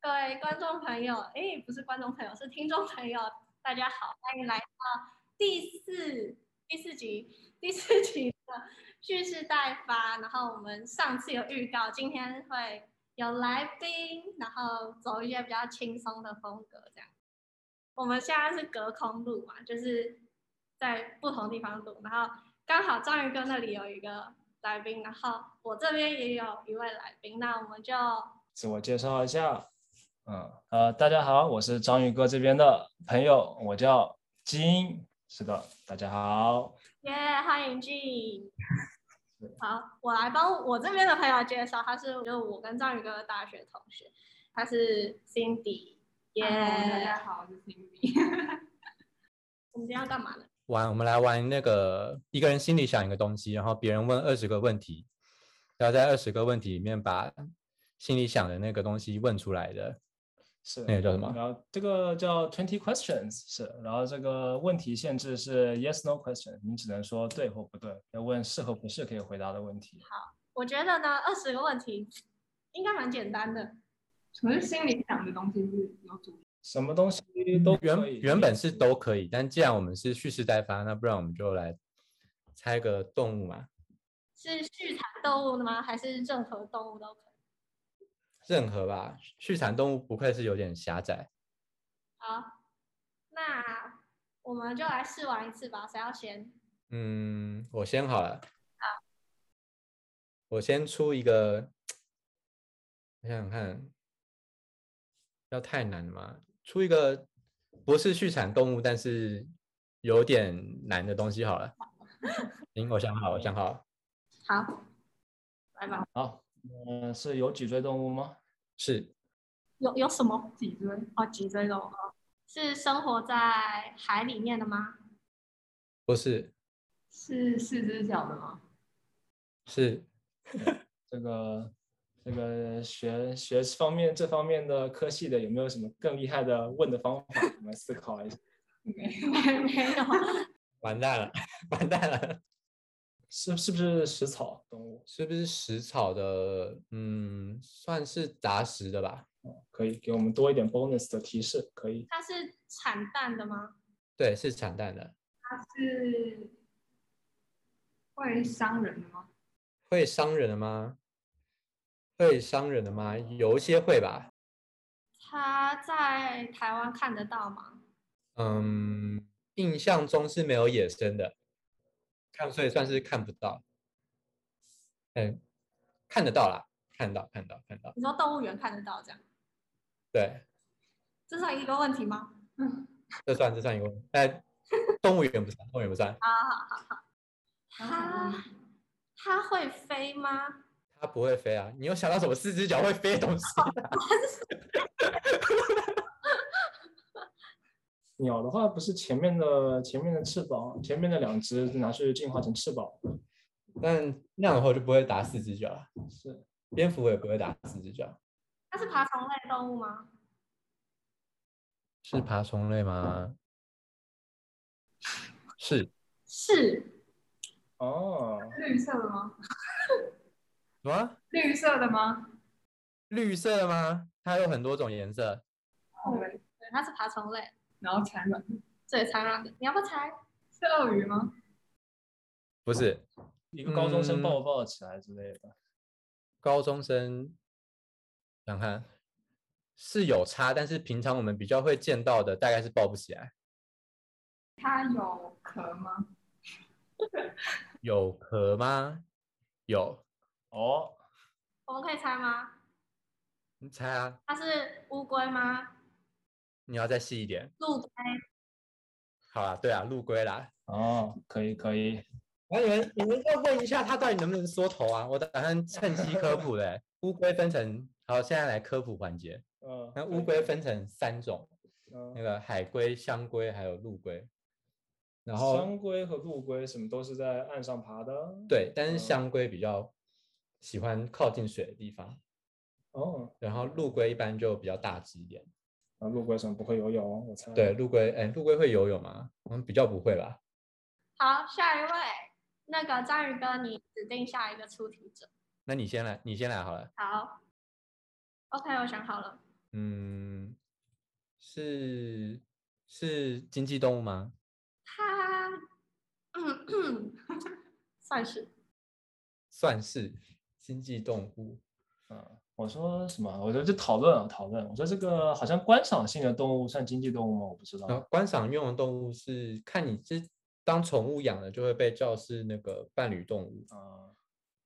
各位观众朋友，哎，不是观众朋友，是听众朋友，大家好，欢迎来到第四第四集第四集的蓄势待发。然后我们上次有预告，今天会有来宾，然后走一些比较轻松的风格这样。我们现在是隔空录嘛，就是在不同地方录，然后刚好章鱼哥那里有一个来宾，然后我这边也有一位来宾，那我们就自我介绍一下，嗯呃，大家好，我是章鱼哥这边的朋友，我叫金，是的，大家好，耶欢迎 G。好，我来帮我这边的朋友介绍，他是就是我跟章鱼哥的大学同学，他是 Cindy，耶、啊大家好，我是 Cindy。我们今天要干嘛呢？玩，我们来玩那个一个人心里想一个东西，然后别人问二十个问题，然后在二十个问题里面把心里想的那个东西问出来的。是那个叫什么然后这个叫 twenty questions 是，然后这个问题限制是 yes no question，你只能说对或不对，要问是和不是可以回答的问题。我觉得呢，二十个问题应该蛮简单的，可是心里想的东西是有主题，什么东西都可以嗯原原本是都可以，但既然我们是蓄势待发，那不然我们就来猜个动物嘛，是续谈动物的吗？还是任何动物都可以？任何吧。续产动物不愧是有点狭窄，好，那我们就来试玩一次吧，谁要先？嗯，我先好了。我先出一个，我想想看，要太难了吗？出一个不是畜产动物，但是有点难的东西好了。行，我想好了，我想好了，好，来吧。好，嗯、是有脊椎动物吗？是有有什么脊椎哦，脊椎动物是生活在海里面的吗？不是是四只脚的吗？是这个这个学学方面这方面的科系的有没有什么更厉害的问的方法？我们思考一下。 没有，没没有，完蛋了， 完蛋了，是是不是食草动物？是不是食草的？嗯，算是杂食的吧？可以给我们多一点 bonus 的提示，可以。它是产蛋的吗？对，是产蛋的，它是会伤人的吗？会伤人的吗？会伤人的吗？有一些会吧。它在台湾看得到吗？嗯，印象中是没有野生的，看所以算是看不到。嗯，看得到啦，看到看到看到，你说动物园看得到这样，对，这算一个问题吗？这算这算一个问题，但动物园不算，动物园不算，我想问你它会飞吗？它不会飞啊。你有想到什么四只脚会飞的东西啊？鸟的话，不是前面的前面的翅膀，前面的两只拿去进化成翅膀， 但那样的话就不会打四只脚了。是蝙蝠也不会打四只脚，它是爬虫类动物吗？是爬虫类 吗？是，是，哦，绿色的吗？什么？绿色的吗？绿色的吗？它有很多种颜色，对，对，它是爬虫类，然后产卵最常让的。你要不要猜？是鳄鱼吗？不是一个高中生嗯抱抱起来之类的。高中生，想看是有差，但是平常我们比较会见到的大概是抱不起来，它有壳吗？有壳吗？有，哦，我们可以猜吗？你猜啊，它是乌龟吗？你要再细一点。陆龟？好啦，对啊，陆龟啦。哦，可以可以，哎那你们你们要问一下它到底能不能缩头啊？我打算趁机科普嘞、 乌龟分成，好，现在来科普环节。嗯，那可乌以龟，分成三种，那嗯，个海龟、香龟还有陆龟。然后香龟和陆龟什么都是在岸上爬的。，对，但是嗯香龟比较喜欢靠近水的地方，哦，然后陆龟一般就比较大只一点。那陆龟什么不会游泳？我猜。对，，陆龟，哎，陆龟会游泳吗？我们比较不会吧。好，下一位，那个章鱼哥，你指定下一个出题者。那你先来，你先来好了。好，OK，我想好了，嗯，是是经济动物吗？它，嗯嗯， 算是算是经济动物。啊，我说什么？我说这讨论啊，讨论。我说这个好像观赏性的动物算经济动物吗？我不知道。然后观赏用的动物是看你是当宠物养的，就会被叫是那个伴侣动物。啊，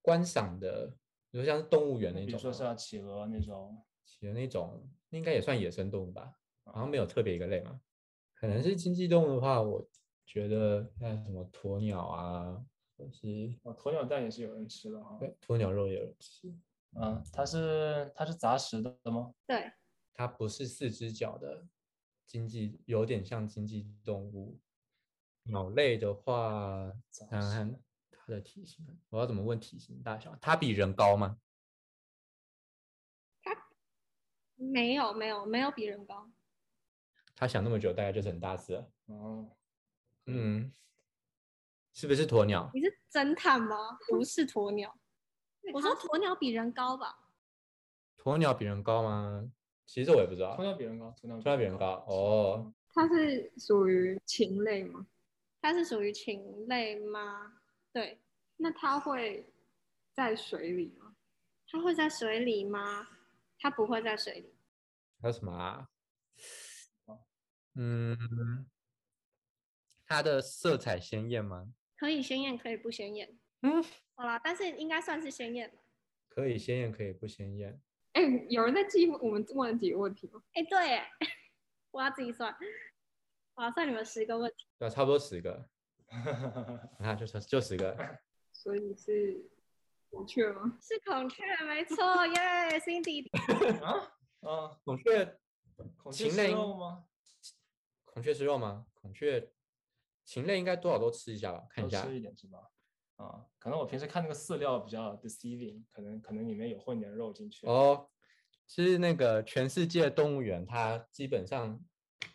观赏的，比如像是动物园那比如说种啊吗，像企鹅那种，企鹅那种，那应该也算野生动物吧？好像没有。有特别一个类嘛。可能是经济动物的话，我觉得像什么鸵鸟啊，或是哦，鸵鸟蛋也是有人吃的哈。对鸵鸟肉也有吃。嗯，它是它是杂食的吗？对。它不是四只脚的经济，有点像经济动物。鸟类的话，杂看食看它的体型，我要怎么问体型大小？它比人高吗？没有没有没有比人高，它想那么久，大概就是很大只了。哦，嗯，是不是鸵鸟？你是侦探吗？不是鸵鸟，我说鸵鸟比人高吧。鸵鸟比人高吗？其实这我也不知道鸵。鸟比人高，鸵鸟鸵鸟比人高哦。它是属于禽类吗？它是属于禽类吗？对，那它会在水里吗？它会在水里吗？它不会在水里。还有什么啊？嗯，它的色彩鲜艳吗？可以鲜艳，可以不鲜艳。嗯， 好啦，但是应该算是鲜艳吧。可以鲜艳，可以不鲜艳。哎、有人在记我们问的几个问题吗？哎，对耶， 我要自己算。好，算你们十个问题。对啊，差不多十个，高。啊，就十就十个。所以是孔雀吗？是孔雀，没错，耶，Cindy， 啊？嗯，孔雀，孔雀禽吃类肉吗？孔雀吃肉吗？孔雀，禽类应该多少都吃一下吧，看多一下。吃一点是吧？啊，可能我平时看那个饲料比较 deceiving，可能可能里面有混点肉进去。哦，是那个全世界动物园，它基本上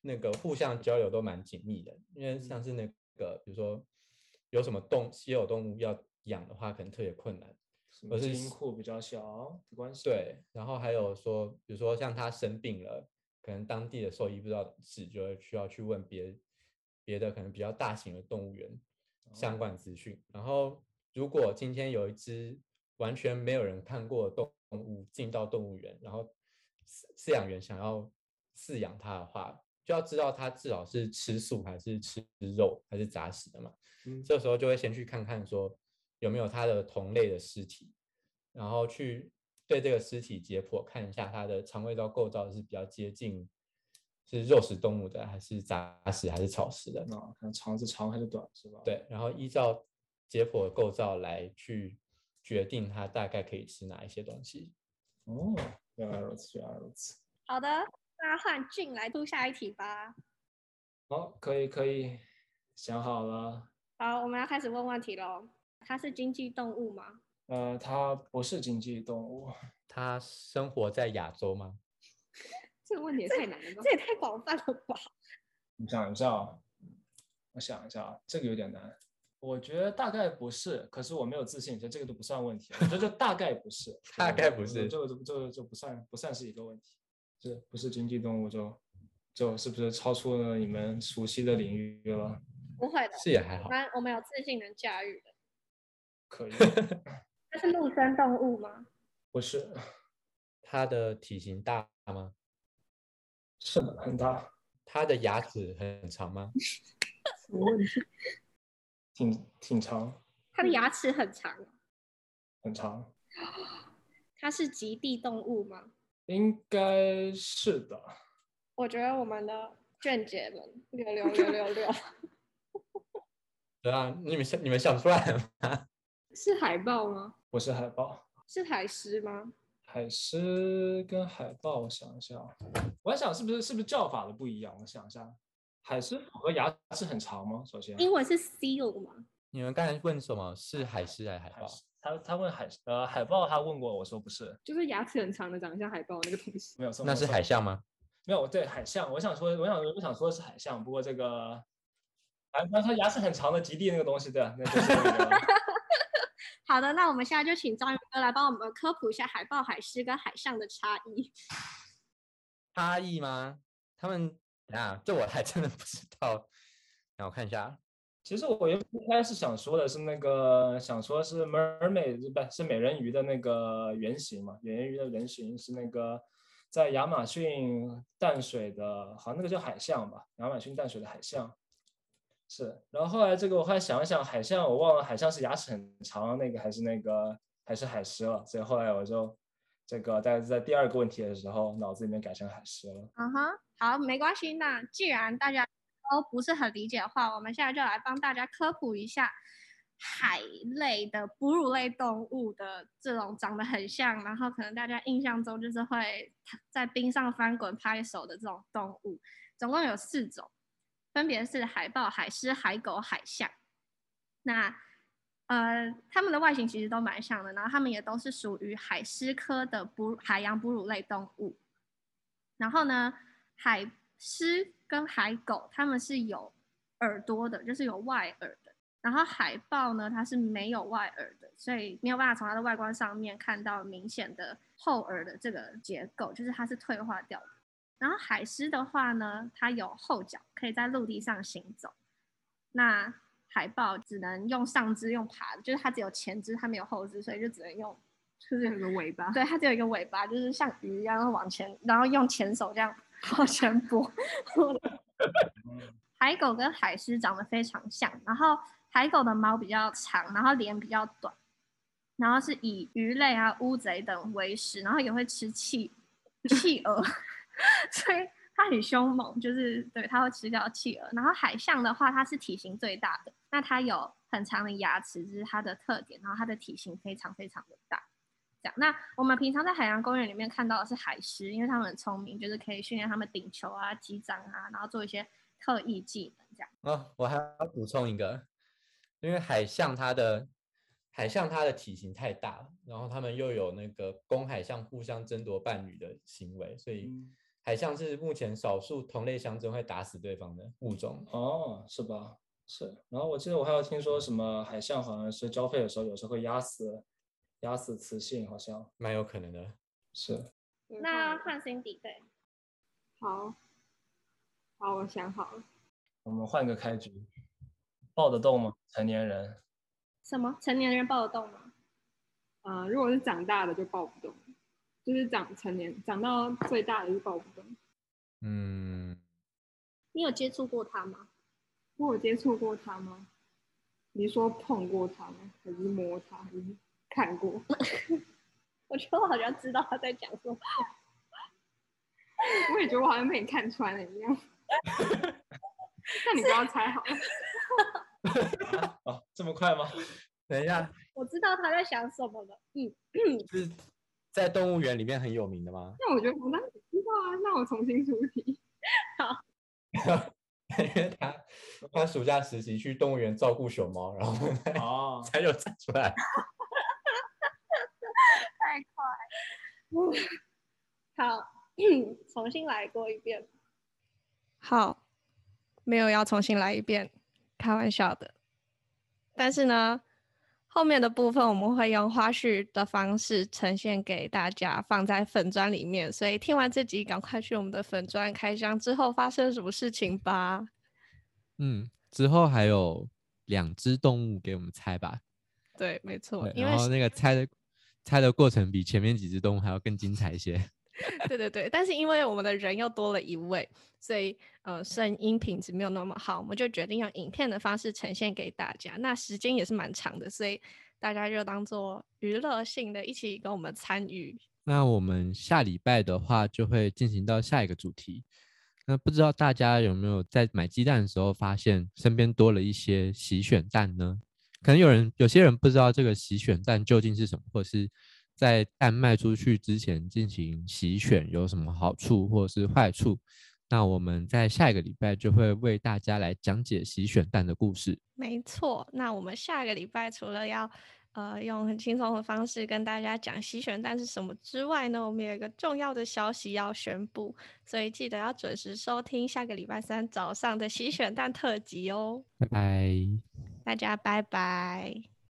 那个互相交流都蛮紧密的，因为像是那个，比如说有什么动稀有动物要养的话，可能特别困难。什么而是基因库比较小的关系。，对，然后还有说，比如说像它生病了，可能当地的兽医不知道怎么治，就会需要去问别别的可能比较大型的动物园哦相关资讯。然后，如果今天有一只完全没有人看过的动物进到动物园，然后饲饲养员想要饲养它的话，就要知道它至少是吃素还是吃肉还是杂食的嘛。嗯这时候就会先去看看说有没有它的同类的尸体，然后去对这个尸体解剖，看一下它的肠胃道构造是比较接近是肉食动物的，还是杂食，还是草食的。啊，看长是长还是短是吧？，对，然后依照解剖的构造来去决定它大概可以吃哪一些东西。哦，原来如此，原来如此。好的，那换俊来出下一题吧。好，可以可以，想好了。好，我们要开始问问题喽。它是经济动物吗？呃，它不是经济动物，它生活在亚洲吗？，这个问题也太难了吧这？也太广泛了吧！你想一下啊，我想一下啊，这个有点难。我觉得大概不是，可是我没有自信，所以这个都不算问题。我觉得这大概不是 大概不是这个这个这个这个不算不算是一个问题，这不是经济动物就就是不是超出了你们熟悉的领域了？ 不会的，是也还我好，们我们有自信能驾驭的。可以，它是陆生动物吗？不是，它的体型大吗？是的，很大，它的牙齿很长吗？什么问题？挺挺长，它的牙齿很长哦。很长，它是极地动物吗？应该是的。我觉得我们的卷姐们六六六六 六对啊，你们想你们想不出来了吗？ 是海豹吗？不是海豹，是海狮吗？海狮跟海豹，我想一下啊，我在想是不是是不是叫法的不一样？我想一下，海狮和牙齿很长吗？首先，英文是 seal 吗？你们刚才问什么？是海狮还是海海豹？狮他他问海呃海豹，他问过我说不是，就是牙齿很长的，长得像海豹那个东西。 没有错，那没有是错海象吗？没有对海象，我想说我想我想说的是海象，不过这个。反正他说牙齿很长的极地那个东西，对，那就是那个好的，那我们现在就请章鱼哥来帮我们科普一下海豹、海狮跟海象的差异。差异吗？他们啊，这我还真的不知道。让我看一下，啊其实我原一开始想说的是那个，想说是 mermaid 不是美人鱼的那个原型嘛？美人鱼的原型是那个在亚马逊淡水的，好像那个叫海象吧，亚马逊淡水的海象。是，然后后来这个我后来想了想，海象我忘了海象是牙齿很长那个还是那个还是海狮了，所以后来我就这个在在第二个问题的时候脑子里面改成海狮了。嗯哼，好，没关系。那既然大家都不是很理解的话，我们现在就来帮大家科普一下海类的哺乳类动物的这种长得很像，然后可能大家印象中就是会在冰上翻滚、拍手的这种动物，总共有四种，分别是海豹、海狮、海狗、海象。那呃，它们的外形其实都蛮像的，然后它们也都是属于海狮科的哺海洋哺乳类动物。然后呢，海狮跟海狗它们是有耳朵的，就是有外耳的。然后海豹呢，它是没有外耳的，所以没有办法从它的外观上面看到明显的后耳的这个结构，就是它是退化掉的。然后海狮的话呢，它有后脚，可以在陆地上行走。那海豹只能用上肢用爬的，就是它只有前肢，它没有后肢，所以就只能用，就是有个尾巴，对，它只有一个尾巴，就是像鱼一样往前，然后用前手这样 往前拨。海狗跟海狮长得非常像，然后海狗的毛比较长，然后脸比较短，然后是以鱼类啊、乌贼等为食，然后也会吃企企鹅，所以它很凶猛，就是对它会吃掉企鹅。然后海象的话，它是体型最大的，那它有很长的牙齿，这是它的特点，然后它的体型非常非常的大。这样，那我们平常在海洋公园里面看到的是海狮，因为它们很聪明，就是可以训练它们顶球啊、击掌啊，然后做一些特异技能这样。哦，我还要补充一个，因为海象它的海象它的体型太大了，然后它们又有那个公海象互相争夺伴侣的行为，所以嗯海象是目前少数同类相争会打死对方的物种。哦，是吧？是。然后我记得我还有听说什么海象，好像是交配的时候有时候会压死压死雌性，好像蛮有可能的。是。那换 Cindy 对，好，好，我想好了，我们换个开局，抱得动吗？成年人什么成年人抱得动吗？呃，如果是长大的就抱不动，就是长成年长到最大的就抱不动。嗯，你有接触过它吗？ 我有接触过它吗？你说碰过它吗？还是摸它？还是看过？ 我觉得我好像知道他在讲什么。我也觉得我好像被你看穿了一样。 那你不要猜好了，啊，这么快 吗？等一下，我知道他在想什么了。嗯，是在动物园里面很有名的吗？那我觉得我当然知道啊，那我重新出题。因为他他暑假实习去动物园照顾熊猫，然后哦， 才有站出来。太快。好， 重新来过一遍。好，没有要重新来一遍，开玩笑的。但是呢，后面的部分我们会用花絮的方式呈现给大家，放在粉砖里面。所以听完这集，赶快去我们的粉砖开箱之后发生什么事情吧。嗯，之后还有两只动物给我们猜吧，对，没错对，因为然后那个猜的猜的过程比前面几只动物还要更精彩一些。对对对，但是因为我们的人又多了一位，所以呃，声音品质没有那么好，我们就决定用影片的方式呈现给大家。那时间也是蛮长的，所以大家就当做娱乐性的一起跟我们参与。那我们下礼拜的话就会进行到下一个主题。那不知道大家有没有在买鸡蛋的时候发现身边多了一些洗选蛋呢？可能有人有些人不知道这个洗选蛋究竟是什么，或是在蛋卖出去之前进行洗选有什么好处或是坏处。那我们在下一个礼拜就会为大家来讲解洗选蛋的故事。没错，那我们下个礼拜除了要呃用很轻松的方式跟大家讲洗选蛋是什么之外呢，我们有一个重要的消息要宣布，所以记得要准时收听下个礼拜三早上的洗选蛋特辑哦。拜拜。大家拜拜。